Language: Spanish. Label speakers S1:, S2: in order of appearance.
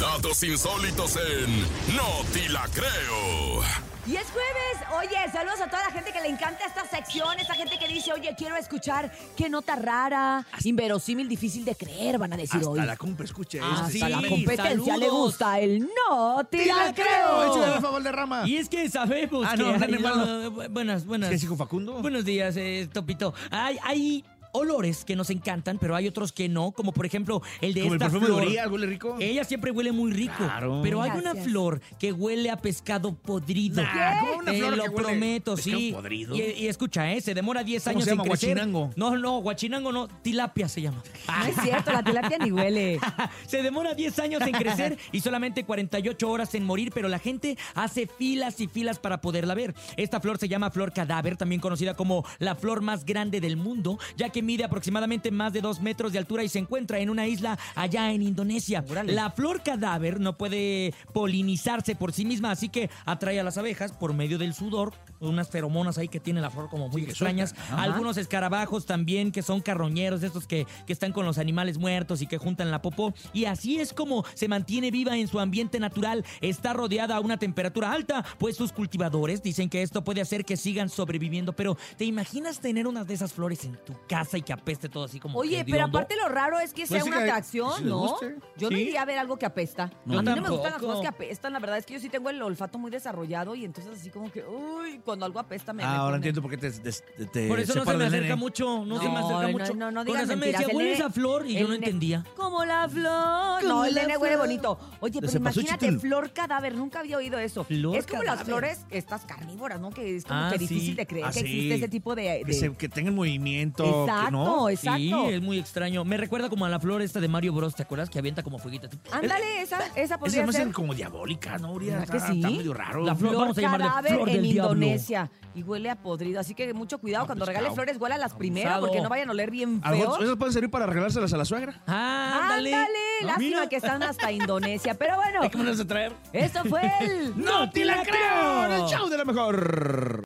S1: Datos insólitos en No Te La Creo.
S2: Y es jueves. Oye, saludos a toda la gente que le encanta esta sección, esta gente que dice, oye, quiero escuchar qué nota rara, inverosímil, difícil de creer, van a decir
S3: Hasta
S2: hoy.
S3: la compra, escuche.
S2: Hasta
S3: este.
S4: sí,
S2: la competencia
S4: saludos.
S2: le gusta el no te Ah, la
S3: Échale, por
S2: creo.
S3: favor, de rama.
S4: Y es que sabemos
S3: Ah,
S4: que...
S3: no, René,
S4: no,
S3: malo.
S4: bu- buenas, buenas.
S3: ¿Qué es hijo Facundo?
S4: Buenos días, eh, Topito. Hay, hay olores que nos encantan, pero hay otros que no, como por ejemplo el de
S3: Como el
S4: esta
S3: perfume
S4: flor.
S3: de Uriel, huele rico.
S4: Ella siempre huele muy rico,
S3: Claro.
S4: pero hay una
S2: Gracias.
S4: flor que huele a pescado podrido.
S3: Nah, ¿Qué? ¿cómo una
S4: Te
S3: flor
S4: lo
S3: que huele
S4: prometo,
S3: pescado
S4: sí.
S3: podrido?
S4: Y, y escucha, eh, se demora 10
S3: ¿Cómo
S4: años
S3: se
S4: en
S3: llama?
S4: crecer.
S3: ¿Guachinango?
S4: No, no, guachinango no, tilapia se llama.
S2: No es cierto, la tilapia ni huele.
S4: Se demora 10 años en crecer y solamente 48 horas en morir, pero la gente hace filas y filas para poderla ver. Esta flor se llama flor cadáver, también conocida como la flor más grande del mundo, ya que mide aproximadamente más de 2 metros de altura y se encuentra en una isla allá en Indonesia. La flor cadáver no puede polinizarse por sí misma, así que atrae a las abejas por medio del sudor, unas feromonas ahí que tiene la flor como muy
S3: Sí, que
S4: extrañas,
S3: sueltan, ajá.
S4: algunos escarabajos también que son carroñeros, estos que, que están con los animales muertos y que juntan la popó. Y así es como se mantiene viva en su ambiente natural. Está rodeada a una temperatura alta, pues sus cultivadores dicen que esto puede hacer que sigan sobreviviendo. Pero, ¿te imaginas tener unas de esas flores en tu casa y que apeste todo así como
S2: Oye, pero
S4: hediondo?
S2: aparte lo raro es que sea
S3: Pues sí
S2: una
S3: que-
S2: atracción,
S3: si les
S2: ¿no?
S3: guste.
S2: Yo no
S3: Sí.
S2: iría a ver algo que apesta.
S4: No,
S2: a mí no me
S4: tampoco.
S2: gustan las cosas que apestan. La verdad es que yo sí tengo el olfato muy desarrollado y entonces así como que, uy, cuando algo apesta me.
S3: Ah,
S2: me
S3: ahora
S2: pone-
S3: entiendo por qué te, te, te
S4: Por eso no se
S3: separo
S4: me
S3: del
S4: acerca
S3: nene.
S4: mucho, no, se me acerca
S2: Ay, no,
S4: mucho.
S2: no, no
S4: Con
S2: digas
S4: razón me
S2: mentiras,
S4: decía,
S2: el
S4: huele
S2: nene-
S4: esa flor y yo
S2: el
S4: no
S2: ne-
S4: entendía.
S2: Como la flor.
S3: Como
S2: No, el
S3: la
S2: nene huele
S3: flor.
S2: bonito. Oye, pero
S3: Desapazó
S2: imagínate,
S3: Chitulu.
S2: flor cadáver. Nunca había oído eso.
S4: Flor
S2: es como las
S4: cadáver.
S2: flores, estas carnívoras, ¿no? Que es como
S4: Ah,
S2: que
S4: sí.
S2: difícil de creer
S3: Ah,
S2: que
S3: sí.
S2: existe ese tipo de. de-
S3: Que, se, que tengan movimiento.
S2: Exacto,
S3: Que no.
S2: exacto.
S4: Sí, es muy extraño. Me recuerda como a la flor esta de Mario Bros, ¿te acuerdas? Que avienta como fueguita. así.
S2: Ándale, esa, esa podría
S3: Esas me
S2: ser.
S3: hacen como diabólicas, ¿no, Uriel?
S2: ¿Verdad que
S3: Está,
S2: sí?
S3: está medio raro.
S4: La flor-
S2: flor
S4: vamos a llamarle
S2: cadáver
S4: flor del
S2: en
S4: diablo. pues,
S2: Indonesia y huele a podrido. Así que mucho cuidado cuando
S3: pescado.
S2: regales flores, huele a las primeras porque no vayan a oler bien feo.
S3: Algo- ¿Esas pueden servir para regalárselas a la suegra?
S4: Ah,
S2: Ándale,
S4: ándale. Ah,
S2: lástima
S4: mira.
S2: que están hasta Indonesia. Pero bueno,
S3: ¿Qué me las de traer?
S2: esto fue el
S3: ¡No te la creo! ¡En el show de la mejor!